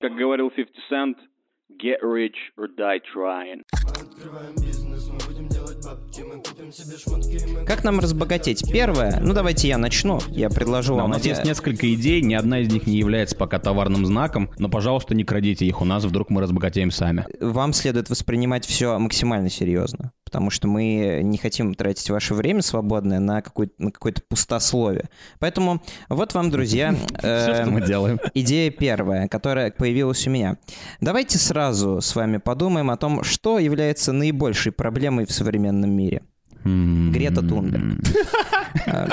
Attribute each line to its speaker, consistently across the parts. Speaker 1: Как говорил 50 Cent, get rich or die trying.
Speaker 2: Открываем бизнес, мы будем делать бабки, мы купим себе шмотки, мы...
Speaker 3: Как нам разбогатеть? Первое, ну давайте я начну. Я предложу
Speaker 4: Да, у
Speaker 3: вам...
Speaker 4: нас
Speaker 3: один-
Speaker 4: есть несколько идей, ни одна из них не является пока товарным знаком, но, пожалуйста, не крадите их у нас, вдруг мы разбогатеем сами.
Speaker 3: Вам следует воспринимать все максимально серьезно, потому что мы не хотим тратить ваше время свободное на, какую- на какое-то пустословие. Поэтому вот вам, друзья,
Speaker 4: Все, что
Speaker 3: эм,
Speaker 4: мы делаем.
Speaker 3: идея первая, которая появилась у меня. Давайте сразу с вами подумаем о том, что является наибольшей проблемой в современном мире. Грета Тунберг. Э,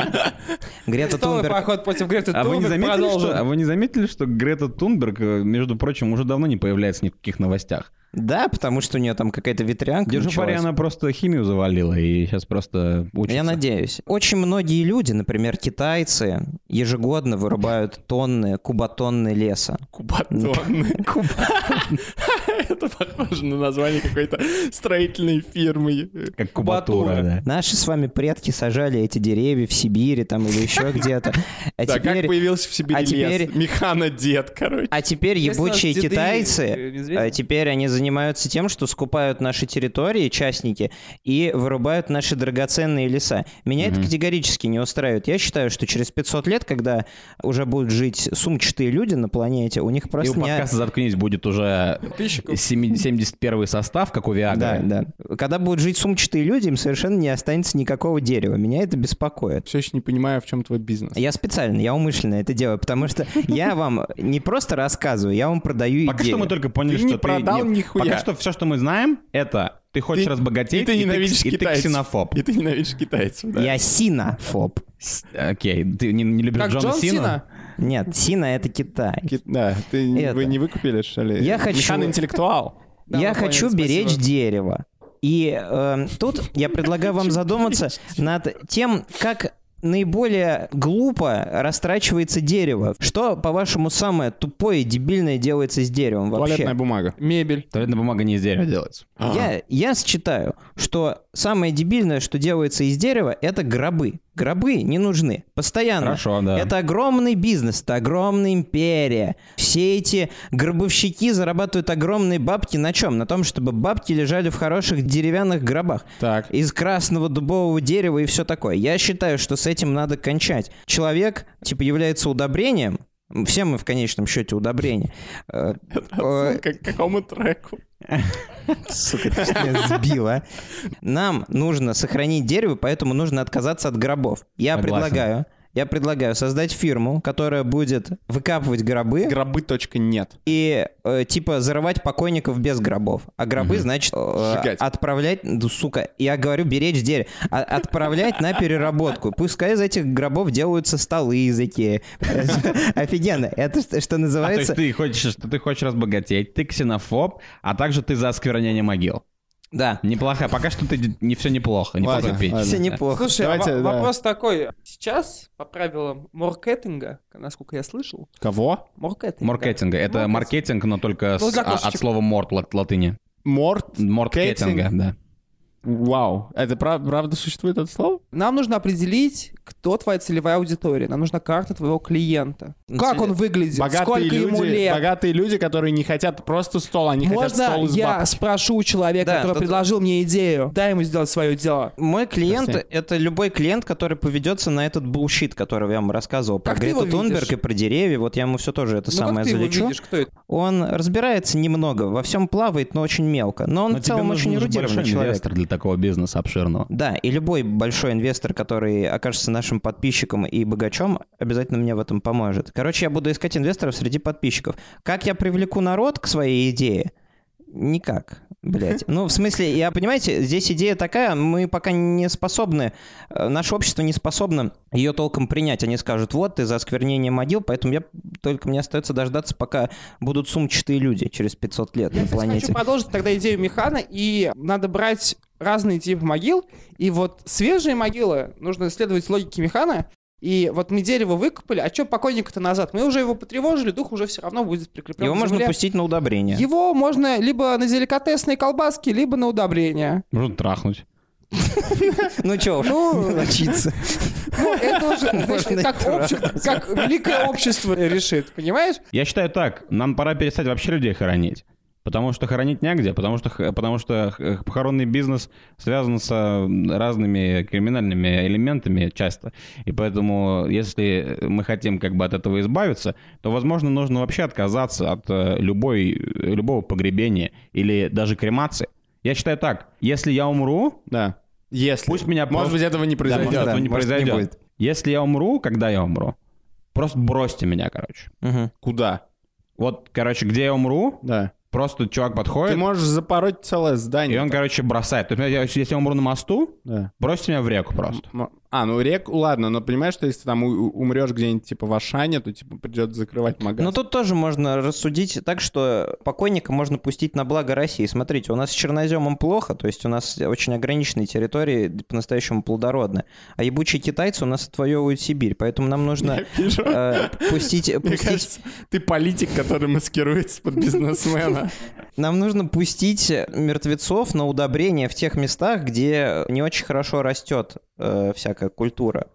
Speaker 3: Грета
Speaker 5: Столы
Speaker 3: Тунберг...
Speaker 5: поход против Греты
Speaker 4: А вы, не
Speaker 5: Тунберг
Speaker 4: заметили,
Speaker 5: продолжен.
Speaker 4: что, а вы не заметили, что Грета Тунберг, э, между прочим, уже давно не появляется ни в каких новостях?
Speaker 3: Да, потому что у нее там какая-то ветрянка
Speaker 4: Держу пари,
Speaker 3: началась.
Speaker 4: она просто химию завалила и сейчас просто учится.
Speaker 3: Я надеюсь. Очень многие люди, например, китайцы, ежегодно вырубают тонны, кубатонны леса.
Speaker 5: Кубатон. Это похоже на название какой-то строительной фирмы.
Speaker 4: Как
Speaker 5: Кубатура.
Speaker 4: кубатура, да.
Speaker 3: Наши с вами предки сажали эти деревья в Сибири там или еще где-то. А
Speaker 5: Да, как
Speaker 3: теперь...
Speaker 5: появился в Сибири
Speaker 3: а
Speaker 5: лес?
Speaker 3: теперь-
Speaker 5: Механодед, короче.
Speaker 3: А теперь
Speaker 5: Если у нас
Speaker 3: ебучие
Speaker 5: деды, э,
Speaker 3: китайцы,
Speaker 5: не
Speaker 3: а
Speaker 5: зрели?
Speaker 3: теперь они занимаются тем, что скупают наши территории, частники, и вырубают наши драгоценные леса. Меня это
Speaker 4: Мгм.
Speaker 3: категорически не устраивает. Я считаю, что через 500 лет, когда уже будут жить сумчатые люди на планете, у них
Speaker 4: И у
Speaker 3: просто не...
Speaker 4: подкаста «Заткнись» будет уже
Speaker 5: Подписчиков.
Speaker 4: 71 состав, как у
Speaker 3: Да,
Speaker 4: Виагры.
Speaker 3: да. Когда будут жить сумчатые люди, им совершенно не останется никакого дерева. Меня это беспокоит.
Speaker 5: Все еще не понимаю, в чем твой бизнес.
Speaker 3: Я специально, я умышленно это делаю, потому что я вам не просто рассказываю, я вам продаю
Speaker 4: Пока
Speaker 3: идею.
Speaker 4: что мы только поняли,
Speaker 5: Ты
Speaker 4: что
Speaker 5: не продал
Speaker 4: нет,
Speaker 5: нихуя.
Speaker 4: Пока что все, что мы знаем, это ты хочешь
Speaker 5: Ты-
Speaker 4: разбогатеть,
Speaker 5: и ты ненавидишь
Speaker 4: и ты
Speaker 5: китайцев.
Speaker 4: ксенофоб.
Speaker 5: И ты ненавидишь китайцев, да?
Speaker 3: Я синофоб.
Speaker 4: С- Окей, ты не, не любишь
Speaker 5: Как
Speaker 4: Джона
Speaker 5: Джон
Speaker 4: Сину?
Speaker 5: Сина?
Speaker 3: Нет, сина это Китай.
Speaker 5: Ки- Да, ты не-
Speaker 3: Это.
Speaker 5: вы не выкупили, что ли?
Speaker 3: Я хочу-
Speaker 5: интеллектуал.
Speaker 3: я хочу беречь дерево. И эм, тут я предлагаю вам задуматься над тем, как наиболее глупо растрачивается дерево. Что, по-вашему, самое тупое и дебильное делается с деревом вообще?
Speaker 5: Туалетная бумага. А, Мебель.
Speaker 4: Туалетная бумага не из дерева делается.
Speaker 3: Я, я считаю, что самое дебильное, что делается из дерева, это гробы. Гробы не нужны.
Speaker 5: ну,
Speaker 3: Постоянно.
Speaker 4: Хорошо, да. А,
Speaker 3: Это огромный бизнес, это огромная империя. Все эти гробовщики зарабатывают огромные бабки на чем? На том, чтобы бабки лежали в хороших деревянных гробах.
Speaker 5: Так.
Speaker 3: Из красного дубового дерева и все такое. Я считаю, что с этим надо кончать. Человек, типа, является удобрением. Все мы в конечном счете удобрение. Э, э,
Speaker 5: Как к какому треку?
Speaker 3: Сука, ты что меня сбил, а? Нам нужно сохранить дерево, поэтому нужно отказаться от гробов. Я
Speaker 4: Согласен.
Speaker 3: предлагаю, я предлагаю создать фирму, которая будет выкапывать гробы
Speaker 5: Гробы точка нет.
Speaker 3: и э, типа зарывать покойников без гробов. А гробы,
Speaker 4: Мгм.
Speaker 3: значит, э,
Speaker 5: Сжигать.
Speaker 3: отправлять, да, сука, я говорю, беречь дерево, А- отправлять на переработку. Пускай из этих гробов делаются столы языки. Офигенно. Это что- что
Speaker 4: А, то
Speaker 3: называется...
Speaker 4: есть ты хочешь, что ты хочешь разбогатеть, ты ксенофоб, а также ты за осквернение могил.
Speaker 3: Да.
Speaker 4: Неплохая, пока что ты д- не все неплохо, неплохо
Speaker 5: Ладно,
Speaker 4: печь.
Speaker 5: ладно.
Speaker 3: Все неплохо.
Speaker 6: Слушай, а
Speaker 5: Давайте,
Speaker 6: во-
Speaker 5: да.
Speaker 6: вопрос такой. Сейчас, по правилам Моркетинга, насколько я слышал,
Speaker 5: Кого?
Speaker 6: Моркетинг.
Speaker 4: Маркетинга. Это
Speaker 6: Маркетинг.
Speaker 4: маркетинг, но только
Speaker 6: Ну,
Speaker 4: с-
Speaker 6: для
Speaker 4: а, от
Speaker 6: кошечек.
Speaker 4: слова морт лат- латыни.
Speaker 5: Морт?
Speaker 4: Морткетинга,
Speaker 5: Кетинг?
Speaker 4: да.
Speaker 5: Вау. Это прав- правда существует это слово?
Speaker 6: Нам нужно определить, кто твоя целевая аудитория. Нам нужна карта твоего клиента. Как он выглядит,
Speaker 5: Ну, Богатые
Speaker 6: сколько ему
Speaker 5: люди,
Speaker 6: лет.
Speaker 5: богатые люди, которые не хотят просто стол, они хотят
Speaker 6: Можно
Speaker 5: стол из
Speaker 6: я
Speaker 5: баб.
Speaker 6: спрошу у человека,
Speaker 3: Да,
Speaker 6: который
Speaker 3: да-да.
Speaker 6: предложил мне идею, дай ему сделать свое дело.
Speaker 3: Мой клиент
Speaker 5: Прости.
Speaker 3: это любой клиент, который поведется на этот булщит, который я вам рассказывал про
Speaker 6: Как ты
Speaker 3: Грету
Speaker 6: его видишь?
Speaker 3: Тунберг и про деревья. Вот я ему все тоже это
Speaker 6: Ну,
Speaker 3: самое
Speaker 6: как ты его
Speaker 3: залечу.
Speaker 6: видишь, кто это?
Speaker 3: Он разбирается немного, во всем плавает, но очень мелко. Но он
Speaker 4: Но
Speaker 3: в
Speaker 4: тебе
Speaker 3: целом
Speaker 4: нужен
Speaker 3: очень
Speaker 4: уже
Speaker 3: эрудированный
Speaker 4: большой
Speaker 3: человек.
Speaker 4: инвестор для такого бизнеса обширного.
Speaker 3: Да, и любой большой инвестор, который окажется нашим подписчиком и богачом, обязательно мне в этом поможет. Короче, я буду искать инвесторов среди подписчиков. Как я привлеку народ к своей идее? Никак, блядь. Ну, в смысле, я, понимаете, здесь идея такая, мы пока не способны, э, наше общество не способно ее толком принять. Они скажут, вот, ты за осквернение могил, поэтому я, только мне остается дождаться, пока будут сумчатые люди через 500 лет на
Speaker 6: Я, кстати,
Speaker 3: планете.
Speaker 6: хочу продолжить тогда идею Механа, и надо брать разные типы могил, и вот свежие могилы нужно исследовать логике Механа, и вот мы дерево выкопали, а что покойника-то назад? Мы уже его потревожили, дух уже все равно будет прикреплен
Speaker 3: Его
Speaker 6: к
Speaker 3: можно
Speaker 6: земле.
Speaker 3: пустить на удобрение.
Speaker 6: Его можно либо на деликатесные колбаски, либо на удобрения.
Speaker 4: Можно трахнуть.
Speaker 3: Ну чё уж,
Speaker 6: Ну,
Speaker 3: мочиться.
Speaker 6: ну, это уже, знаешь,
Speaker 3: Можно
Speaker 6: как,
Speaker 3: и правда.
Speaker 6: обще- как великое общество решит, понимаешь?
Speaker 4: Я считаю так, нам пора перестать вообще людей хоронить. Потому что хоронить негде, потому что, х- потому что х- похоронный бизнес связан с э, разными криминальными элементами часто. И поэтому, если мы хотим как бы от этого избавиться, то, возможно, нужно вообще отказаться от э, любой, любого погребения или даже кремации. Я считаю так, если я умру,
Speaker 5: Да. Если.
Speaker 4: Пусть меня
Speaker 5: Может
Speaker 4: просто-
Speaker 5: быть, этого не
Speaker 4: да,
Speaker 5: произойдет.
Speaker 4: может, этого не
Speaker 3: может, не
Speaker 4: произойдет.
Speaker 3: будет.
Speaker 4: Если я умру, когда я умру, просто бросьте меня, короче.
Speaker 3: Мгм.
Speaker 5: Куда?
Speaker 4: Вот, короче, где я умру,
Speaker 5: Да.
Speaker 4: Просто чувак
Speaker 5: Ты
Speaker 4: подходит,
Speaker 5: можешь запороть целое
Speaker 4: и
Speaker 5: здание.
Speaker 4: он, короче, бросает. То есть, я- если я умру на мосту,
Speaker 5: Да.
Speaker 4: бросьте меня в реку просто.
Speaker 5: М- А, ну реку, ладно, но понимаешь, что если ты там у- у- умрешь где-нибудь типа в Ашане, то типа придется закрывать магазин.
Speaker 3: Но тут тоже можно рассудить так, что покойника можно пустить на благо России. Смотрите, у нас с черноземом плохо, то есть у нас очень ограниченные территории по-настоящему плодородные. А ебучие китайцы у нас отвоевывают Сибирь, поэтому нам нужно
Speaker 5: Вижу.
Speaker 3: э, пустить...
Speaker 5: Мне
Speaker 3: пустить-
Speaker 5: кажется, ты политик, который маскируется под бизнесмена.
Speaker 3: Нам нужно пустить мертвецов на удобрение в тех местах, где не очень хорошо растет э, всякая культура.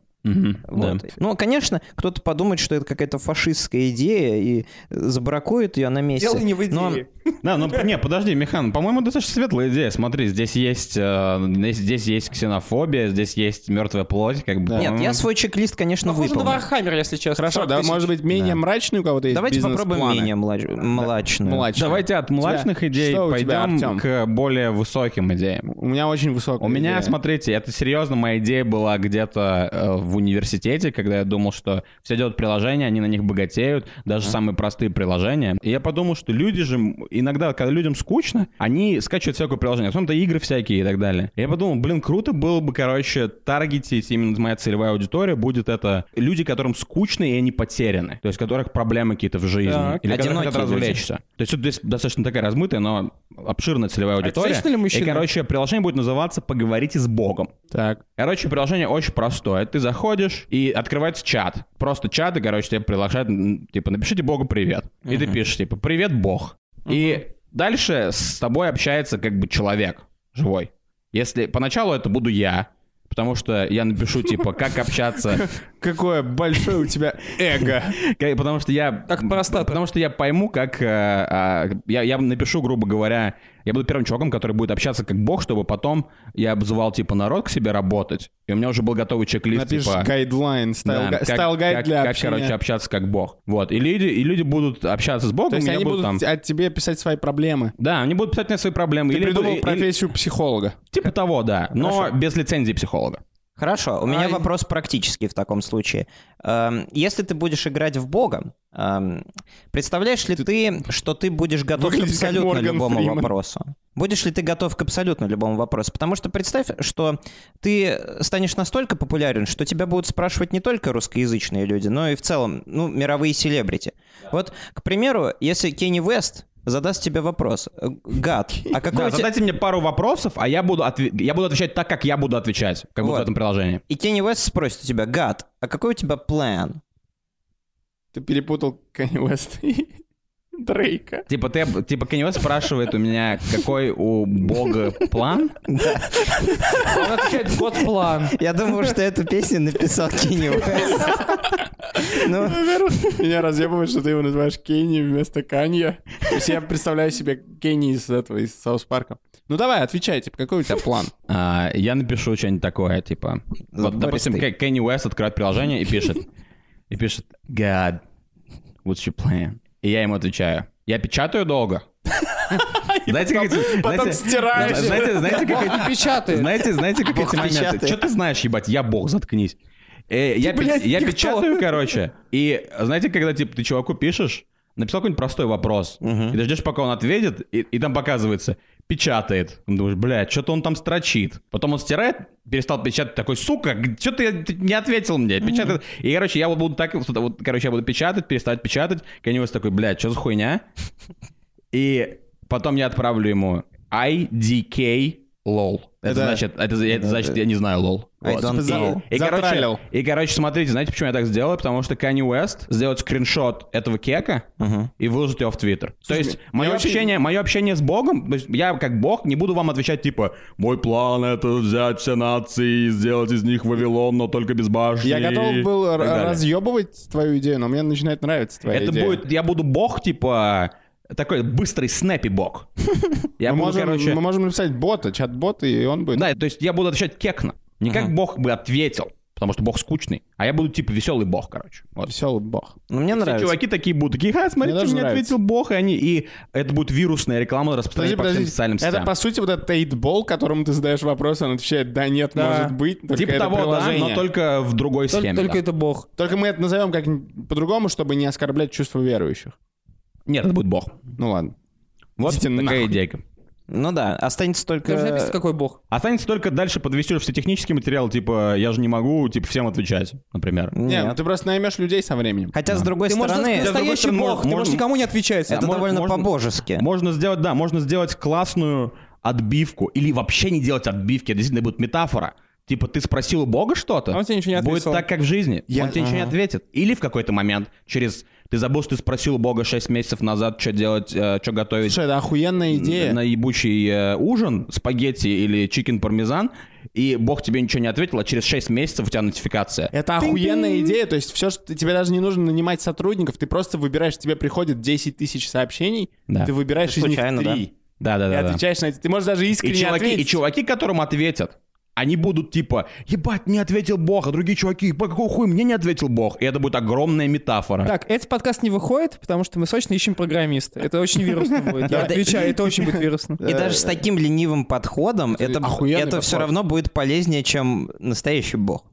Speaker 3: Вот. Ну, конечно, кто-то подумает, что это какая-то фашистская идея и забракует ее на месте.
Speaker 6: Дело не в
Speaker 3: Но-
Speaker 6: идее.
Speaker 4: Да, ну не, подожди, Михан, по-моему, достаточно светлая идея. Смотри, здесь есть, э, здесь, здесь есть ксенофобия, здесь есть мертвая плоть, как бы.
Speaker 5: Да.
Speaker 3: Нет,
Speaker 4: по-моему.
Speaker 3: я свой чек-лист, конечно,
Speaker 6: Похоже на
Speaker 3: выполню.
Speaker 6: Вархаммер, если честно.
Speaker 5: Хорошо,
Speaker 6: 40
Speaker 5: да,
Speaker 6: тысяч.
Speaker 5: может быть, менее
Speaker 4: Да.
Speaker 5: мрачный у кого-то есть
Speaker 3: Давайте попробуем
Speaker 5: бизнес-планы?
Speaker 3: менее млач... млачную.
Speaker 5: Млачный.
Speaker 4: Давайте от млачных идей
Speaker 5: что у тебя,
Speaker 4: пойдем
Speaker 5: Артём?
Speaker 4: к более высоким идеям.
Speaker 5: У меня очень высокая
Speaker 4: У меня,
Speaker 5: идея.
Speaker 4: смотрите, это серьезно, моя идея была где-то э, в университете, когда я думал, что все делают приложения, они на них богатеют, даже самые простые приложения. И я подумал, что люди же м, иногда, когда людям скучно, они скачивают всякое приложение, в основном-то игры всякие и так далее. И я подумал, блин, круто было бы, короче, таргетить, именно моя целевая аудитория будет это люди, которым скучно и они потеряны, то есть у которых проблемы какие-то в жизни,
Speaker 6: Так.
Speaker 4: или которые
Speaker 3: Одинокие
Speaker 4: хотят
Speaker 3: люди.
Speaker 4: развлечься. То есть тут здесь достаточно такая размытая, но обширная
Speaker 3: А
Speaker 4: целевая аудитория.
Speaker 6: женщина или мужчина?
Speaker 4: И, короче, приложение будет называться «Поговорите с Богом».
Speaker 5: Так.
Speaker 4: Короче, приложение очень простое. Ты заходишь и открывается чат. Просто чат, и, короче, тебе приглашают, м, типа, напишите Богу привет. И ты пишешь, типа, привет, Бог. И дальше с тобой общается как бы человек живой. Если поначалу это буду я, потому что я напишу, типа, как общаться,
Speaker 5: Какое большое у тебя эго.
Speaker 4: Как- потому что я...
Speaker 6: Как простата.
Speaker 4: Потому что я пойму, как... э, а, я, я напишу, грубо говоря, я буду первым чуваком, который будет общаться как бог, чтобы потом я обзывал, типа, народ к себе работать, и у меня уже был готовый чек-лист,
Speaker 5: Напишешь
Speaker 4: типа...
Speaker 5: гайдлайн, стайл
Speaker 4: да,
Speaker 5: гай-
Speaker 4: как-
Speaker 5: стайл гайд
Speaker 4: как-
Speaker 5: для
Speaker 4: как,
Speaker 5: общения.
Speaker 4: короче, общаться как бог. Вот. И люди, и люди будут общаться с богом,
Speaker 5: Ну, То есть
Speaker 4: меня
Speaker 5: они
Speaker 4: будут
Speaker 5: будут
Speaker 4: там...
Speaker 5: т- от тебе писать свои проблемы.
Speaker 4: Да, они будут писать мне свои проблемы.
Speaker 5: Ты
Speaker 4: или буду-
Speaker 5: придумал
Speaker 4: и-
Speaker 5: профессию психолога.
Speaker 4: и- типа того, да. Но без лицензии психолога.
Speaker 3: Хорошо, у меня
Speaker 6: Ай.
Speaker 3: вопрос практический в таком случае. Эм, Если ты будешь играть в Бога, эм, представляешь ли ты, что ты будешь готов к
Speaker 5: Выглядишь как
Speaker 3: абсолютно
Speaker 5: Морган
Speaker 3: любому
Speaker 5: Фриман.
Speaker 3: вопросу? Будешь ли ты готов к абсолютно любому вопросу? Потому что представь, что ты станешь настолько популярен, что тебя будут спрашивать не только русскоязычные люди, но и в целом, ну, мировые селебрити. Вот, к примеру, если Кенни Вест задаст тебе вопрос, э, гад, а какой
Speaker 4: Да,
Speaker 3: у тебя-
Speaker 4: задайте мне пару вопросов, а я буду, отве- я буду отвечать так, как я буду отвечать, как будто
Speaker 3: Вот.
Speaker 4: в этом приложении.
Speaker 3: И Кенни Уэст спросит у тебя, гад, а какой у тебя план?
Speaker 5: Ты перепутал Кэнни Уэст и Дрейка.
Speaker 4: Типа, ты, типа Kanye West спрашивает у меня, какой у бога план?
Speaker 6: Он отвечает, год план.
Speaker 3: Я думал, что эту песню написал Кенни Уэст. Ну,
Speaker 5: Меня разъебывает, что ты его называешь Кенни вместо Канья. То есть я представляю себе Кенни из этого, из Саус Парка. Ну давай, отвечай, типа, какой у тебя план?
Speaker 4: А, я напишу что-нибудь такое, типа... Вот,
Speaker 3: Забористый.
Speaker 4: допустим, Кэ- Kanye West открывает приложение и пишет... И пишет, God, what's your plan? И я ему отвечаю, я печатаю долго. Знаете, как эти- знаете-
Speaker 5: потом стираешь.
Speaker 4: Знаете, знаете, как
Speaker 6: Бог
Speaker 4: эти-
Speaker 6: не печатает.
Speaker 4: знаете, знаете, как
Speaker 3: Бог
Speaker 4: эти моменты?
Speaker 3: печатает.
Speaker 4: Что ты знаешь, ебать? Я бог, заткнись. Э, я, пе-
Speaker 5: блядь,
Speaker 4: я
Speaker 5: никто.
Speaker 4: печатаю, короче, и знаете, когда типа ты чуваку пишешь, написал какой-нибудь простой вопрос, и ты ждешь, пока он ответит, и, и там показывается, печатает. Он думаешь, блядь, что-то он там строчит. Потом он стирает, перестал печатать, такой, сука, что ты, ты не ответил мне, печатает. И, короче, я вот буду так, вот, вот, короче, я буду печатать, переставать печатать, Конец такой, блядь, что за хуйня? И потом я отправлю ему IDK лол. Это
Speaker 5: Да.
Speaker 4: значит, это, это значит, я не знаю лол.
Speaker 3: I
Speaker 4: Вот.
Speaker 3: don't
Speaker 4: И-
Speaker 3: know.
Speaker 4: И, короче,
Speaker 5: Затралил.
Speaker 4: и, короче, смотрите, знаете, почему я так сделал? Потому что Kanye Уэст сделает скриншот этого кека
Speaker 3: Мгм.
Speaker 4: и выложит его в Твиттер. То есть мое
Speaker 5: вообще-
Speaker 4: общение, мое общение с Богом, то есть я как Бог не буду вам отвечать типа мой план это взять все нации и сделать из них Вавилон, но только без башни.
Speaker 5: Я готов был
Speaker 4: и так далее.
Speaker 5: р- разъебывать твою идею, но мне начинает нравиться твоя
Speaker 4: Это
Speaker 5: идея.
Speaker 4: будет, я буду Бог типа такой быстрый снэппи Бог. Я
Speaker 5: мы,
Speaker 4: буду,
Speaker 5: можем,
Speaker 4: короче,
Speaker 5: мы можем написать бота, чат-бот, и он будет...
Speaker 4: Типа, да, то есть я буду отвечать кекно, не как Бог бы ответил, потому что Бог скучный, а я буду типа веселый Бог, короче. Вот.
Speaker 5: Веселый бог.
Speaker 3: Ну, мне
Speaker 4: Все
Speaker 3: нравится.
Speaker 4: чуваки такие будут, такие, ха, смотри,
Speaker 5: Мне
Speaker 4: что
Speaker 5: даже
Speaker 4: мне
Speaker 5: нравится.
Speaker 4: ответил Бог, и они, и это будет вирусная реклама распространена по всем социальным
Speaker 5: это
Speaker 4: сетям.
Speaker 5: по сути вот этот тейт-бол, которому ты задаешь вопрос, он отвечает «да, нет,
Speaker 6: Да.
Speaker 5: может быть», только
Speaker 4: Типа
Speaker 5: это
Speaker 4: того,
Speaker 5: приложение.
Speaker 4: да, но только в другой
Speaker 6: Только,
Speaker 4: схеме.
Speaker 6: только
Speaker 4: да.
Speaker 6: это бог.
Speaker 5: Только мы это назовем как-нибудь по-другому, чтобы не оскорблять чувства верующих.
Speaker 4: Нет, это будет бог. Типа,
Speaker 5: Ну ладно.
Speaker 4: Вот
Speaker 5: Идите
Speaker 4: такая
Speaker 5: нахуй.
Speaker 4: идейка.
Speaker 3: Ну да, останется
Speaker 6: Ты же написано,
Speaker 3: только...
Speaker 6: какой бог.
Speaker 4: Останется только дальше подвести все технические материалы, типа я же не могу, типа всем отвечать, например.
Speaker 5: Не, ну
Speaker 3: Нет.
Speaker 5: ты просто наймешь людей со временем.
Speaker 3: Хотя, с другой
Speaker 6: Ты можешь
Speaker 3: стороны,
Speaker 6: сказать,
Speaker 4: с другой
Speaker 6: настоящий
Speaker 4: стороны,
Speaker 6: бог,
Speaker 4: мож-
Speaker 6: ты можешь
Speaker 4: можно-
Speaker 6: никому не отвечать.
Speaker 3: это
Speaker 4: мож-
Speaker 3: довольно
Speaker 4: можно-
Speaker 3: по-божески.
Speaker 4: Можно сделать, да, можно сделать классную отбивку или вообще не делать отбивки, это действительно будет метафора. Типа ты спросил у Бога что-то,
Speaker 6: А он тебе ничего не
Speaker 4: будет
Speaker 6: ответил.
Speaker 4: так, как в жизни.
Speaker 5: Я-
Speaker 4: Он тебе ничего не ответит. Или в какой-то момент через ты забыл, что ты спросил у Бога 6 месяцев назад, что делать, э, что готовить
Speaker 5: Слушай, это охуенная идея.
Speaker 4: на ебучий э, ужин, спагетти или чикен пармезан, и бог тебе ничего не ответил, а через 6 месяцев у тебя нотификация.
Speaker 5: Это охуенная идея, то есть все, что ты- тебе даже не нужно нанимать сотрудников, ты просто выбираешь, тебе приходит 10 тысяч сообщений,
Speaker 4: Да.
Speaker 5: ты выбираешь из
Speaker 3: Случайно,
Speaker 5: них
Speaker 3: да.
Speaker 5: три и
Speaker 4: Да-да-да.
Speaker 5: отвечаешь на эти. Ты можешь даже искренне
Speaker 4: И чуваки, и
Speaker 5: ответить.
Speaker 4: чуваки, которым ответят, они будут типа, ебать, не ответил бог, а другие чуваки, по какой хуй мне не ответил бог. И это будет огромная метафора.
Speaker 6: Так, этот подкаст не выходит, потому что мы срочно ищем программиста. Это очень вирусно будет. Я
Speaker 3: Да.
Speaker 6: отвечаю, это очень будет вирусно.
Speaker 3: И даже с таким ленивым подходом это,
Speaker 5: охуенный
Speaker 3: это все
Speaker 5: подход.
Speaker 3: равно будет полезнее, чем настоящий бог.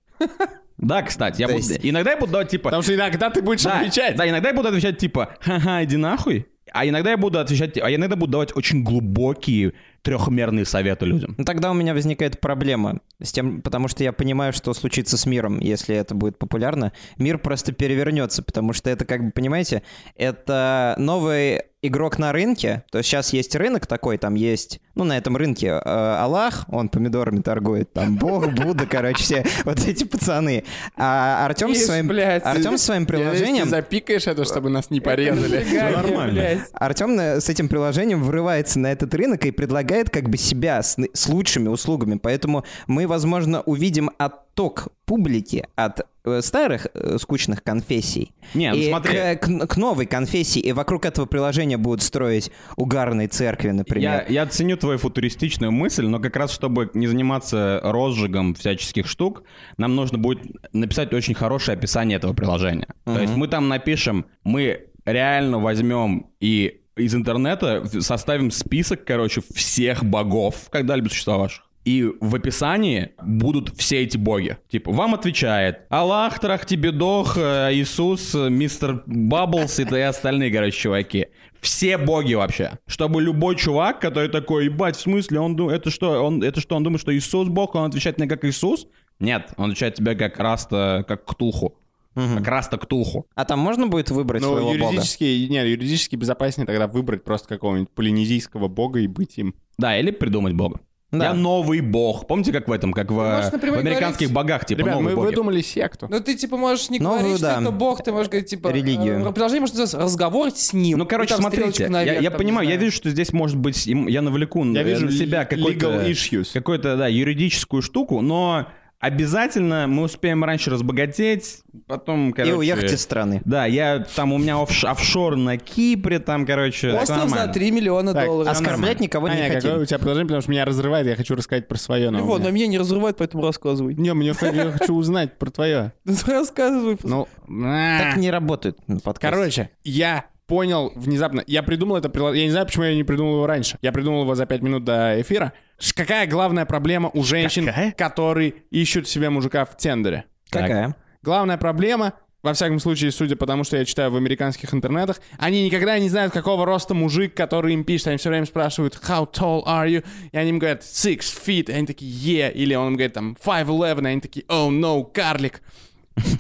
Speaker 4: Да, кстати, я
Speaker 3: То
Speaker 4: буду-
Speaker 3: есть-
Speaker 4: иногда я буду давать типа...
Speaker 5: Потому что иногда ты будешь
Speaker 4: да,
Speaker 5: отвечать.
Speaker 4: да, иногда я буду отвечать типа, ха-ха, иди нахуй. А иногда я буду отвечать, а я иногда буду давать очень глубокие трехмерные советы людям.
Speaker 3: Ну, тогда у меня возникает проблема с тем, потому что я понимаю, что случится с миром, если это будет популярно. Мир просто перевернется, потому что это, как бы, понимаете, это новый игрок на рынке. То есть сейчас есть рынок такой, там есть, ну, на этом рынке э, Аллах, он помидорами торгует, там Бог, Будда, короче, все вот эти пацаны. А Артем со
Speaker 6: Ишь,
Speaker 3: своим,
Speaker 6: блядь.
Speaker 3: Артем со своим
Speaker 5: Я надеюсь,
Speaker 3: приложением...
Speaker 5: Ты запикаешь это, чтобы нас не порезали.
Speaker 6: Фига,
Speaker 4: нормально.
Speaker 6: блядь.
Speaker 3: Артем на- э, с этим приложением врывается на этот рынок и предлагает как бы себя с, ны- с лучшими услугами. Поэтому мы, возможно, увидим отток публики от э, старых э, скучных конфессий
Speaker 4: Не, ну
Speaker 3: и
Speaker 4: смотри.
Speaker 3: к, к- к новой конфессии. И вокруг этого приложения будут строить угарные церкви,
Speaker 4: Я,
Speaker 3: например.
Speaker 4: я ценю твою футуристичную мысль, но как раз чтобы не заниматься розжигом всяческих штук, нам нужно будет написать очень хорошее описание этого приложения. То есть мы там напишем, мы реально возьмем и из интернета в- составим список, короче, всех богов, когда-либо существовавших. И в описании будут все эти боги. Типа, вам отвечает Аллах, Трахтибедох, э, Иисус, э, мистер Бабблс и т- и остальные, короче, чуваки. Все боги вообще. Чтобы любой чувак, который такой, ебать, в смысле, он ду- это что, он, это что, он думает, что Иисус бог, а он отвечает мне как Иисус? Нет, он отвечает тебе как Раста, как Ктулху. Как Раста Ктулху.
Speaker 3: А там можно будет выбрать своего
Speaker 5: Ну,
Speaker 3: бога?
Speaker 5: юридически, не, юридически безопаснее тогда выбрать просто какого-нибудь полинезийского бога и быть им.
Speaker 4: Да, или придумать бога.
Speaker 3: Да.
Speaker 4: Я новый бог. Помните, как в этом, как в,
Speaker 6: можешь
Speaker 4: э, в
Speaker 6: напрямую
Speaker 4: американских
Speaker 6: говорить.
Speaker 4: богах, типа
Speaker 5: Ребят,
Speaker 4: новые
Speaker 5: мы
Speaker 4: боги.
Speaker 5: выдумали секту.
Speaker 6: Ну ты типа можешь не
Speaker 3: Новую,
Speaker 6: говорить, что
Speaker 3: да,
Speaker 6: это бог, ты можешь говорить типа...
Speaker 3: религию.
Speaker 6: э, Приложение может называться «Разговор с ним».
Speaker 4: Ну,
Speaker 6: И
Speaker 4: короче,
Speaker 6: там
Speaker 4: смотрите,
Speaker 6: стрелочку
Speaker 4: я,
Speaker 6: наверх,
Speaker 4: я
Speaker 6: там,
Speaker 4: понимаю,
Speaker 6: не
Speaker 4: я
Speaker 6: знаю.
Speaker 4: вижу, что здесь может быть, им- я навлеку
Speaker 5: Я
Speaker 4: э,
Speaker 5: вижу
Speaker 4: на себя
Speaker 5: себя legal
Speaker 4: какой-то,
Speaker 5: issues.
Speaker 4: какую-то, да, юридическую штуку, но обязательно мы успеем раньше разбогатеть, потом,
Speaker 3: И
Speaker 4: короче...
Speaker 3: уехать из страны.
Speaker 4: Да, я там у меня офш- офшор на Кипре, там, короче... всё
Speaker 6: Остров за
Speaker 4: нормально.
Speaker 6: 3 миллиона
Speaker 5: Так,
Speaker 6: долларов.
Speaker 3: Оскорблять никого не
Speaker 5: Аня,
Speaker 3: хотим.
Speaker 5: какое у тебя предложение, потому что меня разрывает, я хочу рассказать про свое. но у
Speaker 6: Вот,
Speaker 5: меня-
Speaker 6: но меня не разрывает, поэтому рассказывай.
Speaker 5: Не, мне хо- я хочу узнать про твое.
Speaker 6: Ну, Рассказывай.
Speaker 5: Ну,
Speaker 3: Так не работает подкаст.
Speaker 5: короче, я понял внезапно, я придумал это приложение, я не знаю, почему я не придумал его раньше. Я придумал его за пять минут до эфира. Ш- Какая главная проблема у женщин,
Speaker 4: Какая?
Speaker 5: которые ищут себе мужика в Тендере?
Speaker 3: Какая?
Speaker 5: Главная проблема, во всяком случае, судя по тому, что я читаю в американских интернетах, они никогда не знают, какого роста мужик, который им пишет. Они все время спрашивают, how tall are you? И они им говорят, six feet. И они такие, yeah. Или он им говорит, там, five eleven. И они такие, oh no, карлик.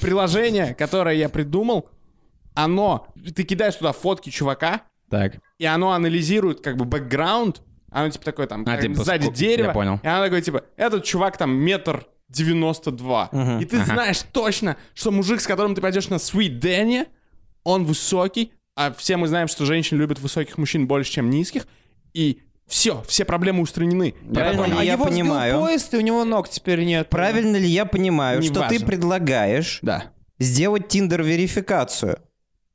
Speaker 5: Приложение, которое я придумал, оно... Ты кидаешь туда фотки чувака,
Speaker 4: Так.
Speaker 5: и оно анализирует как бы бэкграунд, Оно типа такое там,
Speaker 4: А,
Speaker 5: как
Speaker 4: типа,
Speaker 5: сзади
Speaker 4: ск-
Speaker 5: дерево.
Speaker 4: я понял.
Speaker 5: И она такой, типа, этот чувак там метр 92.
Speaker 3: Мгм.
Speaker 5: И ты знаешь точно, что мужик, с которым ты пойдешь на Sweet Danny, он высокий, а все мы знаем, что женщины любят высоких мужчин больше, чем низких. И все, все проблемы устранены.
Speaker 3: Правильно
Speaker 4: понял.
Speaker 6: а
Speaker 3: ли я
Speaker 6: его сбил
Speaker 3: понимаю?
Speaker 6: поезд, и у него ног теперь нет.
Speaker 3: Правильно ли я понимаю,
Speaker 5: Не
Speaker 3: что ты
Speaker 5: важно.
Speaker 3: предлагаешь
Speaker 5: Да.
Speaker 3: сделать Тиндер-верификацию?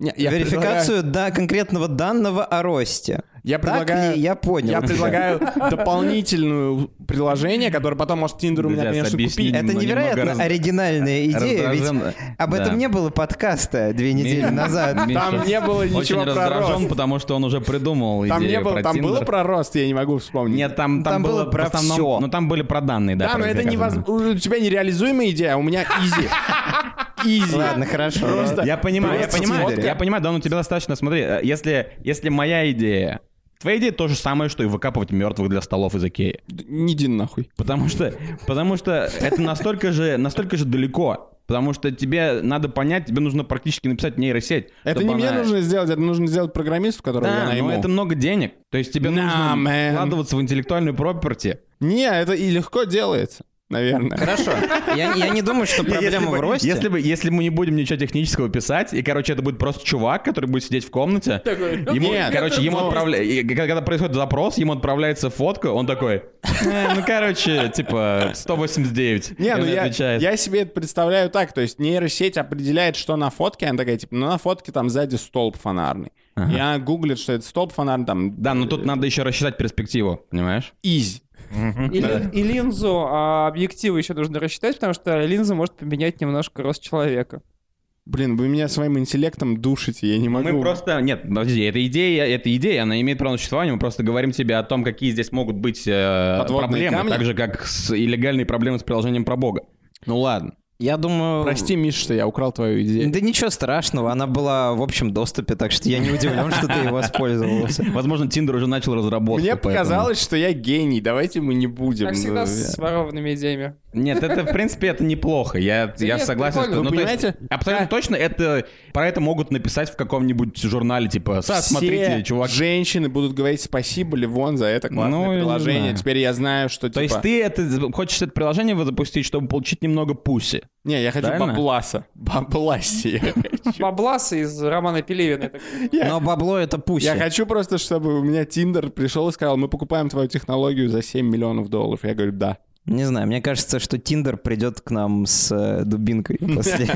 Speaker 5: Не, я
Speaker 3: Верификацию до конкретного данного о росте.
Speaker 5: Я
Speaker 3: Так
Speaker 5: предлагаю-
Speaker 3: ли я понял?
Speaker 5: Я предлагаю дополнительное приложение, которое потом может Тиндер у меня,
Speaker 4: Друзья,
Speaker 5: конечно,
Speaker 4: объясни.
Speaker 5: купить.
Speaker 3: Это
Speaker 4: Ну,
Speaker 3: невероятно
Speaker 4: немного раз-
Speaker 3: оригинальная идея,
Speaker 4: раздражен-
Speaker 3: ведь об
Speaker 4: да.
Speaker 3: этом не было подкаста две недели назад.
Speaker 4: Миша
Speaker 5: Там не было ничего
Speaker 4: Очень
Speaker 5: про
Speaker 4: раздражен,
Speaker 5: рост.
Speaker 4: потому что он уже придумал
Speaker 5: Там не
Speaker 4: идею
Speaker 5: было,
Speaker 4: про
Speaker 5: там было
Speaker 4: Tinder.
Speaker 5: про рост, я не могу вспомнить.
Speaker 4: Нет, там, там,
Speaker 3: Там было
Speaker 4: было,
Speaker 3: про
Speaker 4: в основном-
Speaker 3: всё.
Speaker 4: Ну, там были про данные, да.
Speaker 5: да, но
Speaker 4: про
Speaker 5: это
Speaker 4: верификацию.
Speaker 5: невозможно. У тебя нереализуемая идея, а у меня изи. Изи.
Speaker 3: Ладно, хорошо.
Speaker 5: Просто-
Speaker 4: Я понимаю, я
Speaker 5: Просто
Speaker 4: понимаю,
Speaker 5: фотка.
Speaker 4: я понимаю, да, ну тебе достаточно, смотри, э, если, если моя идея, твоя идея то же самое, что и выкапывать мертвых для столов из Икеи.
Speaker 5: Не иди нахуй.
Speaker 4: Потому что, потому что это настолько же, настолько же далеко. Потому что тебе надо понять, тебе нужно практически написать нейросеть.
Speaker 5: Это
Speaker 4: чтобы
Speaker 5: не мне
Speaker 4: она-
Speaker 5: нужно сделать, это нужно сделать программисту, которого я
Speaker 4: Да,
Speaker 5: найму.
Speaker 4: но это много денег. То есть тебе
Speaker 5: Nah,
Speaker 4: нужно
Speaker 5: man.
Speaker 4: вкладываться в интеллектуальную проперти.
Speaker 5: Не, это и легко делается, наверное.
Speaker 3: Хорошо. Я, я не думаю, что проблема в росте.
Speaker 4: Ну, Если, бы, если мы не будем ничего технического писать, и, короче, это будет просто чувак, который будет сидеть в комнате, ему,
Speaker 5: Нет,
Speaker 4: короче, ему
Speaker 5: но-
Speaker 4: отправля... и когда когда происходит запрос, ему отправляется фотка, он такой, «Э, ну, короче, типа, 189. И
Speaker 5: Не, ну
Speaker 4: он
Speaker 5: я,
Speaker 4: отвечает.
Speaker 5: я себе это представляю так, то есть нейросеть определяет, что на фотке, она такая, типа, ну на фотке там сзади столб фонарный. И она гуглит, что это столб фонарный, там,
Speaker 4: Да, но тут надо еще рассчитать перспективу, понимаешь?
Speaker 5: изи.
Speaker 6: И, лин- и линзу, а объективы еще нужно рассчитать, потому что линза может поменять немножко рост человека.
Speaker 5: Блин, вы меня своим интеллектом душите, я не могу.
Speaker 4: Мы просто... Нет, подожди, это идея, это идея, она имеет право на существование, мы просто говорим тебе о том, какие здесь могут быть э,
Speaker 5: Подводные
Speaker 4: проблемы,
Speaker 5: камни?
Speaker 4: так же, как с и легальные проблемы с приложением про Бога.
Speaker 5: Ну ладно.
Speaker 3: Я думаю...
Speaker 5: Прости, Миша, что я украл твою идею.
Speaker 3: Да ничего страшного, она была в общем доступе, так что я не удивлен, что ты воспользовался.
Speaker 4: Возможно, Тиндер уже начал разработку.
Speaker 5: Мне
Speaker 4: поэтому-
Speaker 5: показалось, что я гений, давайте мы не будем.
Speaker 6: Как всегда,
Speaker 5: Ну, я-
Speaker 6: с ворованными идеями.
Speaker 4: Нет, это, в принципе, это неплохо. Я, я
Speaker 6: нет,
Speaker 4: согласен. что-
Speaker 5: Вы
Speaker 6: прикольно.
Speaker 4: ну, то есть,
Speaker 5: понимаете?
Speaker 4: абсолютно точно это, про это могут написать в каком-нибудь журнале, типа,
Speaker 5: Все
Speaker 4: смотрите, чувак.
Speaker 5: женщины будут говорить спасибо, Ливон, за это классное
Speaker 4: Ну, я не
Speaker 5: приложение.
Speaker 4: знаю.
Speaker 5: Теперь я знаю, что
Speaker 4: То
Speaker 5: типа...
Speaker 4: есть ты это, хочешь это приложение вот запустить, чтобы получить немного пуси.
Speaker 5: Не, я хочу
Speaker 4: Правильно?
Speaker 5: бабласа. Бабласи.
Speaker 6: Бабласы из романа Пелевина. я так понимаю.
Speaker 3: Но бабло это пусть.
Speaker 5: Я хочу просто, чтобы у меня Тиндер пришел и сказал, мы покупаем твою технологию за 7 миллионов долларов. Я говорю, да.
Speaker 3: Не знаю, мне кажется, что Тиндер придет к нам с э, дубинкой после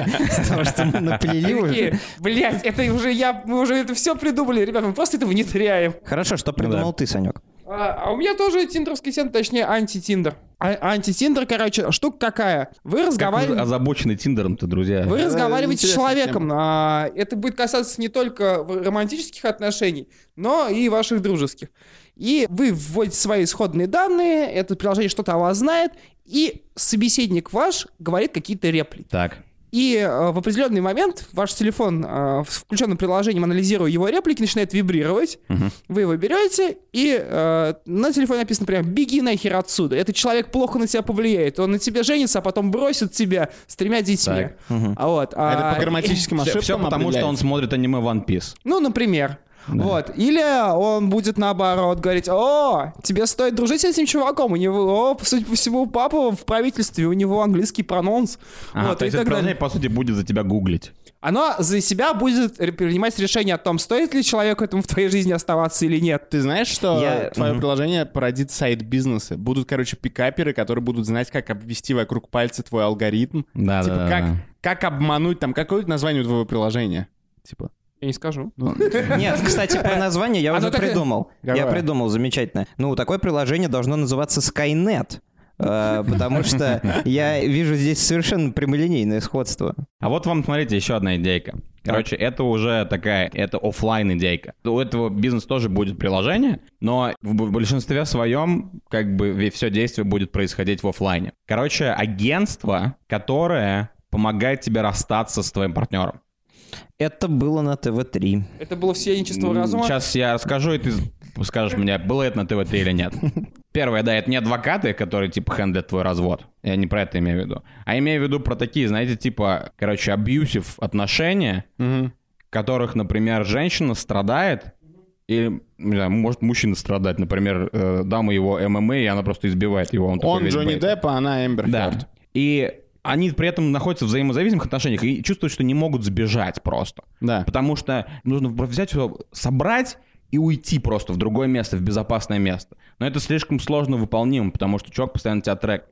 Speaker 3: того, что мы наплели уже.
Speaker 6: Такие, Блять, это уже я, мы уже это все придумали, ребят, мы просто это внедряем.
Speaker 3: Хорошо,
Speaker 4: Ну
Speaker 3: что придумал ты, Санек?
Speaker 6: А, а у меня тоже тиндерский тент, точнее анти-тиндер. А- анти-тиндер, короче, штука какая?
Speaker 4: Как
Speaker 6: Вы
Speaker 4: вы
Speaker 6: разговариваете...
Speaker 4: озабочены Тиндером-то, друзья.
Speaker 6: Вы
Speaker 5: Это
Speaker 6: разговариваете с
Speaker 5: интересная
Speaker 6: человеком. а, это будет касаться не только в- романтических отношений, но и ваших дружеских. И вы вводите свои исходные данные, это приложение что-то о вас знает, и собеседник ваш говорит какие-то реплики.
Speaker 4: Так.
Speaker 6: И э, в определенный момент ваш телефон э, с включенным приложением, анализируя его реплики, начинает вибрировать.
Speaker 4: Мгм.
Speaker 6: Вы его берете, и э, на телефоне написано прям «беги нахер отсюда». Этот человек плохо на тебя повлияет. Он на тебя женится, а потом бросит тебя с тремя детьми.
Speaker 4: Так.
Speaker 3: Мгм.
Speaker 6: А вот, а,
Speaker 5: это по грамматическим
Speaker 4: Все,
Speaker 5: ошибкам
Speaker 4: потому, что он смотрит аниме One Piece.
Speaker 6: ну, например. Вот. Или он будет наоборот говорить, о, тебе стоит дружить с этим чуваком, у него, о, судя по всему, папа в правительстве, у него английский прононс.
Speaker 4: Ага,
Speaker 6: вот,
Speaker 4: то
Speaker 6: и
Speaker 4: есть это
Speaker 6: так
Speaker 4: приложение,
Speaker 6: далее.
Speaker 4: по сути, будет за тебя гуглить.
Speaker 6: Оно за себя будет ре- принимать решение о том, стоит ли человеку этому в твоей жизни оставаться или нет.
Speaker 5: Ты знаешь, что
Speaker 3: Я-
Speaker 5: твое
Speaker 3: Мгм.
Speaker 5: приложение породит сайт-бизнесы? Будут, короче, пикаперы, которые будут знать, как обвести вокруг пальца твой алгоритм.
Speaker 4: Да,
Speaker 5: типа,
Speaker 4: да, да,
Speaker 5: как,
Speaker 4: да.
Speaker 5: как обмануть, там, какое название у твоего приложения? Типа,
Speaker 6: Я не скажу.
Speaker 5: ну,
Speaker 3: Нет, кстати, про название я
Speaker 6: Оно
Speaker 3: уже
Speaker 6: так и-
Speaker 3: придумал. Я
Speaker 5: Какое?
Speaker 3: придумал, замечательно. Ну, такое приложение должно называться Skynet. э, Потому что я вижу здесь совершенно прямолинейное сходство.
Speaker 4: А вот вам, смотрите, еще одна идейка. Короче, это уже такая, это оффлайн идейка. У этого бизнеса тоже будет приложение, но в б- большинстве своем как бы все действие будет происходить в оффлайне. Короче, агентство, которое помогает тебе расстаться с твоим партнером.
Speaker 3: Это было на ТВ-3.
Speaker 6: Это было всеянничество разума.
Speaker 4: Сейчас я расскажу, и ты скажешь мне, было это на ТВ3 или нет. Первое, да, это не адвокаты, которые, типа, хендлят твой развод. Я не про это имею в виду. А имею в виду про такие, знаете, типа, короче, абьюсив отношения,
Speaker 5: мгм.
Speaker 4: в которых, например, женщина страдает, и Или, не знаю, может мужчина страдать. Например, э, дама его ММА, и она просто избивает его. Он, такой
Speaker 5: Он
Speaker 4: весь
Speaker 5: Джонни
Speaker 4: бэйт.
Speaker 5: Депп, а она Эмбер
Speaker 4: Да.
Speaker 5: Хёрд.
Speaker 4: И они при этом находятся в взаимозависимых отношениях и чувствуют, что не могут сбежать просто.
Speaker 5: Да.
Speaker 4: Потому что нужно в- взять все, собрать и уйти просто в другое место, в безопасное место. Но это слишком сложно выполнимо, потому что чувак постоянно тебя трек.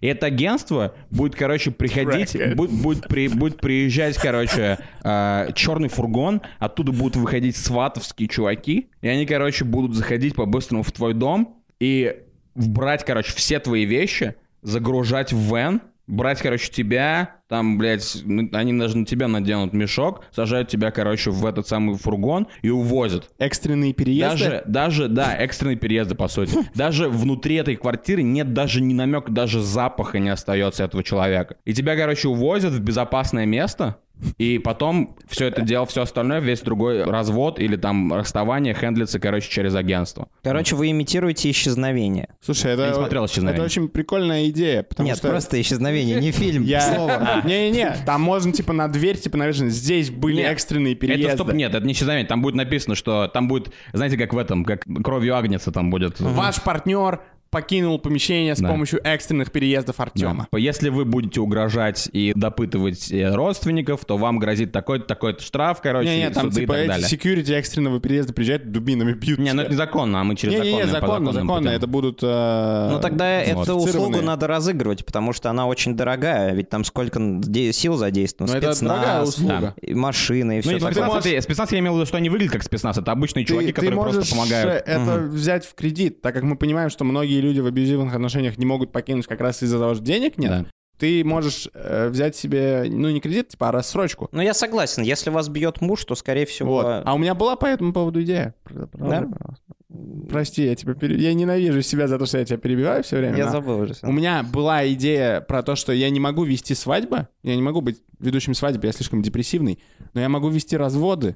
Speaker 4: И это агентство будет, короче, приходить, будет, будет, при- будет приезжать, короче, а, черный фургон, оттуда будут выходить сватовские чуваки, и они, короче, будут заходить по-быстрому в твой дом и брать, короче, все твои вещи, загружать в вен, брать, короче, тебя, там, блядь, ну, они даже на тебя наденут мешок, сажают тебя, короче, в этот самый фургон и увозят.
Speaker 5: Экстренные переезды.
Speaker 4: Даже, даже, да, экстренные переезды, по сути. Даже внутри этой квартиры нет даже ни намека, даже запаха не остается этого человека. И тебя, короче, увозят в безопасное место, и потом все это дело, все остальное, весь другой развод или там расставание хендлится, короче, через агентство.
Speaker 3: Короче, вы имитируете исчезновение.
Speaker 5: Слушай, это,
Speaker 4: Я не смотрел «Исчезновение».
Speaker 5: это очень прикольная идея, потому
Speaker 3: Нет,
Speaker 5: что...
Speaker 3: просто исчезновение, не фильм,
Speaker 5: Я...
Speaker 3: слово.
Speaker 5: Не-не-не, там можно типа на дверь, типа навешено, здесь были
Speaker 4: Нет,
Speaker 5: экстренные переезды.
Speaker 4: Это стоп, нет, это не исчезновение. Там будет написано, что там будет, знаете, как в этом, как кровью агнца там будет.
Speaker 5: Ваш партнер покинул помещение с
Speaker 4: Да.
Speaker 5: помощью экстренных переездов Артема.
Speaker 4: Да. Если вы будете угрожать и допытывать э, родственников, то вам грозит такой-то такой-то штраф, короче,
Speaker 5: Не-не,
Speaker 4: и
Speaker 5: там
Speaker 4: суды
Speaker 5: типа
Speaker 4: и так
Speaker 5: эти
Speaker 4: далее.
Speaker 5: секьюрити экстренного переезда приезжают, дубинами бьют.
Speaker 4: Не, ну это незаконно, а мы через законные,
Speaker 5: Не-не-не,
Speaker 4: по
Speaker 5: законно,
Speaker 4: законным
Speaker 5: законно,
Speaker 4: путям.
Speaker 5: это будут... э,
Speaker 3: Ну тогда
Speaker 4: вот.
Speaker 3: эту услугу
Speaker 5: Фиксированные.
Speaker 3: надо разыгрывать, потому что она очень дорогая, ведь там сколько де- сил задействовано,
Speaker 5: Но Ну, это дорогая
Speaker 3: спецназ,
Speaker 5: услуга.
Speaker 3: и машины и
Speaker 4: Ну,
Speaker 3: все
Speaker 4: не
Speaker 3: такое.
Speaker 4: спецназ,
Speaker 5: ты можешь-
Speaker 4: это- спецназ я имел в виду, что они выглядят как спецназ. Это обычные чуваки, которые
Speaker 5: можешь
Speaker 4: просто помогают.
Speaker 5: э, это взять в кредит, так как мы понимаем, что многие люди в абьюзивных отношениях не могут покинуть как раз из-за того, что денег нет.
Speaker 4: Да.
Speaker 5: Ты можешь э, взять себе, ну не кредит, типа, а рассрочку.
Speaker 3: Ну я согласен, если вас бьет муж, то скорее всего...
Speaker 5: Вот. А у меня была по этому поводу идея. Правда, правда, правда. Прости, я тебя пере- я ненавижу себя за то, что я тебя перебиваю все время.
Speaker 3: Я
Speaker 5: но-
Speaker 3: забыл уже. всё.
Speaker 5: У меня была идея про то, что я не могу вести свадьбы, я не могу быть ведущим свадьбы, я слишком депрессивный, но я могу вести разводы.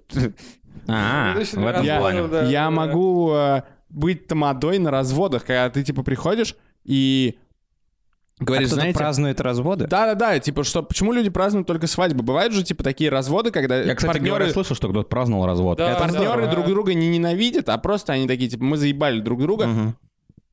Speaker 4: А, в
Speaker 6: Следующий
Speaker 4: этом
Speaker 6: раз,
Speaker 4: плане.
Speaker 6: да,
Speaker 5: я ну,
Speaker 6: да.
Speaker 5: могу э, быть тамадой на разводах, когда ты типа приходишь и
Speaker 3: А
Speaker 5: говоришь,
Speaker 3: кто-то
Speaker 5: знаете,
Speaker 3: празднует разводы?
Speaker 5: да-да-да, типа что, почему люди празднуют только свадьбы? Бывают же типа такие разводы, когда
Speaker 4: Я, кстати,
Speaker 5: партнеры,
Speaker 4: говоря, слышал, что кто-то праздновал развод.
Speaker 6: Да,
Speaker 4: Это-
Speaker 5: партнеры
Speaker 6: здорово.
Speaker 5: друг друга не ненавидят, а просто они такие типа мы заебали друг друга.
Speaker 3: Мгм.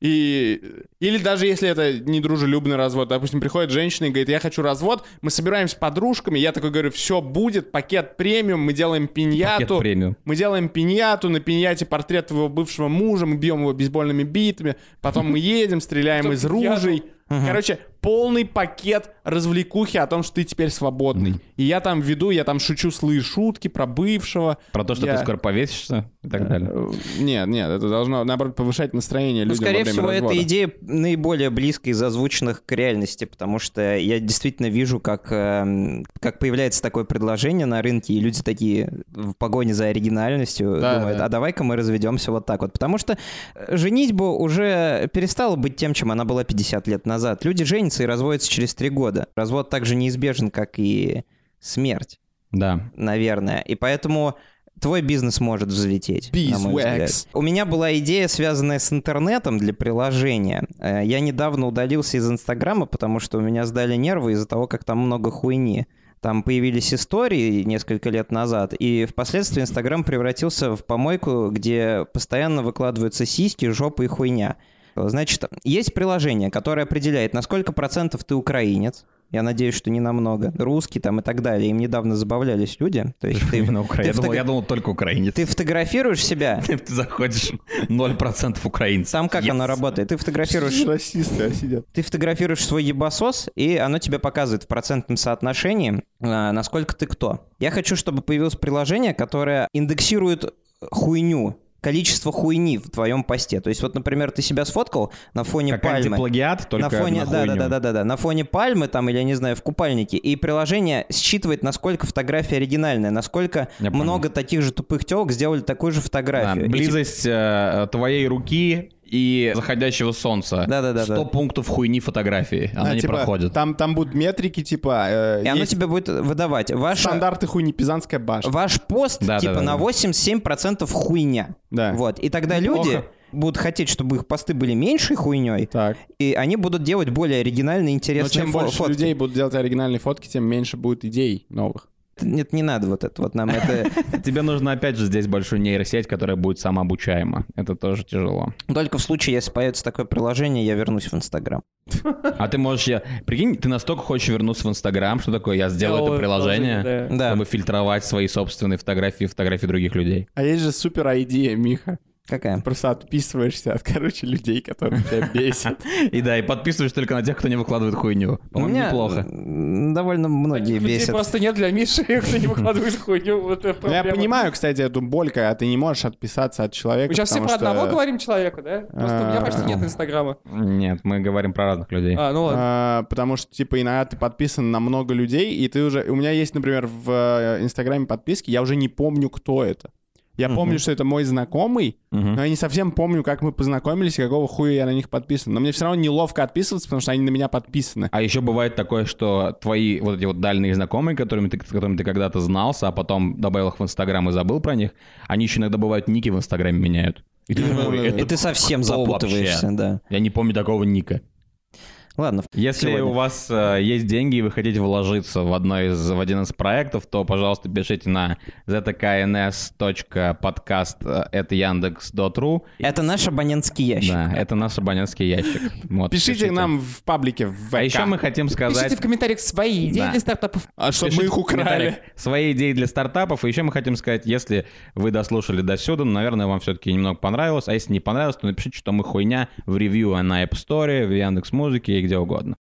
Speaker 5: И... Или даже если это не дружелюбный развод. Допустим, приходит женщина и говорит, я хочу развод, мы собираемся с подружками, я такой говорю, все будет, пакет премиум, мы делаем
Speaker 4: Пакет
Speaker 5: пиньяту.
Speaker 4: премиум.
Speaker 5: Мы делаем пиньяту, на пиньяте портрет твоего бывшего мужа, мы бьем его бейсбольными битами, потом мы едем, стреляем
Speaker 6: Потом
Speaker 5: из
Speaker 6: пиньяту.
Speaker 5: ружей. Короче, полный пакет развлекухи о том, что ты теперь свободный. И я там веду, я там шучу слые шутки про бывшего.
Speaker 4: Про то, что
Speaker 5: Я-
Speaker 4: ты скоро повесишься и так далее.
Speaker 5: Э, Нет, нет, это должно, наоборот, повышать настроение
Speaker 3: Ну,
Speaker 5: людям во
Speaker 3: скорее
Speaker 5: время
Speaker 3: всего,
Speaker 5: развода.
Speaker 3: это идея наиболее близкая из озвученных к реальности, потому что я действительно вижу, как, эм, как появляется такое предложение на рынке, и люди такие в погоне за оригинальностью
Speaker 5: Да,
Speaker 3: думают,
Speaker 5: да.
Speaker 3: а давай-ка мы разведемся вот так вот. Потому что э, женитьба уже перестала быть тем, чем она была 50 лет назад. Люди женятся и разводятся через три года. Развод также неизбежен, как и смерть,
Speaker 4: Да.
Speaker 3: наверное. И поэтому твой бизнес может взлететь. на мой
Speaker 5: Beeswax.
Speaker 3: взгляд. У меня была идея, связанная с интернетом для приложения. Э, Я недавно удалился из Инстаграма, потому что у меня сдали нервы из-за того, как там много хуйни. Там появились истории несколько лет назад, и впоследствии Инстаграм превратился в помойку, где постоянно выкладываются сиськи, жопы и хуйня. Значит, есть приложение, которое определяет, на сколько процентов ты украинец. Я надеюсь, что не намного. Русский там и так далее. Им недавно забавлялись люди. То есть ты,
Speaker 4: Именно Украина.
Speaker 3: ты
Speaker 4: Я думал-
Speaker 3: фото-
Speaker 4: Я думал, только украинец.
Speaker 3: ты фотографируешь себя,
Speaker 4: Ты заходишь 0% украинцев.
Speaker 3: Там как
Speaker 4: Yes.
Speaker 3: оно работает? Ты фотографируешь,
Speaker 5: Расисты сидят.
Speaker 3: ты фотографируешь свой ебасос, и оно тебе показывает в процентном соотношении, а, насколько ты кто. Я хочу, чтобы появилось приложение, которое индексирует хуйню, количество хуйни в твоем посте. То есть вот, например, ты себя сфоткал на фоне
Speaker 4: Как
Speaker 3: пальмы.
Speaker 4: антиплагиат, только
Speaker 3: на фоне,
Speaker 4: на
Speaker 3: да, да,
Speaker 4: хуйню.
Speaker 3: да, да, да, да, на фоне пальмы там или я не знаю в купальнике и приложение считывает, насколько фотография оригинальная, насколько
Speaker 4: Я понял.
Speaker 3: много таких же тупых телок сделали такую же
Speaker 4: Да,
Speaker 3: фотографию. И
Speaker 4: близость э, твоей руки и заходящего солнца.
Speaker 3: Да-да-да-да. Ну,
Speaker 4: 100 пунктов хуйни фотографии. Она
Speaker 5: А,
Speaker 4: не
Speaker 5: типа,
Speaker 4: проходит.
Speaker 5: Там, там будут метрики, типа, э,
Speaker 3: и оно
Speaker 5: есть
Speaker 3: тебе будет выдавать. Ваша,
Speaker 5: стандарты хуйни Пизанская башня.
Speaker 3: Ваш пост
Speaker 4: Да, да,
Speaker 3: типа
Speaker 4: да,
Speaker 3: на
Speaker 4: да.
Speaker 3: 87% хуйня.
Speaker 5: Да.
Speaker 3: Вот. И тогда
Speaker 4: Неплохо.
Speaker 3: люди будут хотеть, чтобы их посты были меньшей хуйней,
Speaker 5: Так.
Speaker 3: и они будут делать более оригинальные,
Speaker 5: Но
Speaker 3: интересные
Speaker 5: чем
Speaker 3: фо-
Speaker 5: больше
Speaker 3: фотки.
Speaker 5: людей будут делать оригинальные фотки, тем меньше будет идей новых.
Speaker 3: Нет, не надо вот это вот нам. Это
Speaker 4: Тебе нужно опять же здесь большую нейросеть, которая будет самообучаема. Это тоже тяжело.
Speaker 3: только в случае, если появится такое приложение, я вернусь в Инстаграм.
Speaker 4: А ты можешь, я... прикинь, ты настолько хочешь вернуться в Инстаграм, что такое, я сделаю это приложение,
Speaker 6: Да.
Speaker 3: Да,
Speaker 4: чтобы фильтровать свои собственные фотографии и фотографии других людей.
Speaker 5: А есть же супер идея, Миха.
Speaker 3: какая?
Speaker 5: Просто отписываешься от, короче, людей, которые тебя бесят.
Speaker 4: И да, и подписываешь только на тех, кто не выкладывает хуйню. По-моему,
Speaker 3: Меня,
Speaker 4: неплохо.
Speaker 3: м, Довольно многие
Speaker 6: Таких людей
Speaker 3: бесят.
Speaker 6: просто нет для Миши, кто не выкладывает хуйню. Вот это
Speaker 5: Ну, Я
Speaker 6: проблема.
Speaker 5: понимаю, кстати, эту боль, когда ты не можешь отписаться от человека,
Speaker 6: Мы сейчас все
Speaker 5: потому
Speaker 6: про
Speaker 5: что,
Speaker 6: одного говорим человека, да? Просто у меня почти нет Инстаграма.
Speaker 4: Нет, мы говорим про разных людей.
Speaker 6: А, ну ладно.
Speaker 5: а, Потому что, типа, иногда ты подписан на много людей, и ты уже... У меня есть, например, в э, Инстаграме подписки, я уже не помню, кто это. Я
Speaker 3: Мгм.
Speaker 5: помню, что это мой знакомый,
Speaker 4: Мгм.
Speaker 5: но я не совсем помню, как мы познакомились и какого хуя я на них подписан. Но мне все равно неловко отписываться, потому что они на меня подписаны.
Speaker 4: А еще бывает такое, что твои вот эти вот дальние знакомые, которыми ты, с которыми ты когда-то знался, а потом добавил их в Инстаграм и забыл про них, они еще иногда бывают ники в Инстаграме меняют. И ты такой,
Speaker 5: Да-да-да.
Speaker 4: «Это
Speaker 3: И ты совсем
Speaker 4: кто вообще?»
Speaker 3: запутываешься, да.
Speaker 4: Я не помню такого ника.
Speaker 3: Ладно,
Speaker 4: Если
Speaker 3: Сегодня.
Speaker 4: у вас э, есть деньги и вы хотите вложиться в одно из в один из проектов, то, пожалуйста, пишите на zkns.podcast это Яндекс.ру.
Speaker 3: это наш абонентский ящик.
Speaker 4: Да, это наш абонентский ящик. Вот,
Speaker 5: Пишите нам в паблике в ВК,
Speaker 4: А еще мы хотим сказать...
Speaker 6: Пишите в комментариях свои идеи
Speaker 4: Да.
Speaker 6: для стартапов.
Speaker 5: а, чтобы мы
Speaker 4: Пишите
Speaker 5: их
Speaker 4: в комментариях
Speaker 5: украли.
Speaker 4: Свои идеи для стартапов. И еще мы хотим сказать, если вы дослушали до сюда, ну, наверное, вам все-таки немного понравилось. А если не понравилось, то напишите, что мы хуйня в ревью на App Store, в Яндекс.Музыке и где угодно.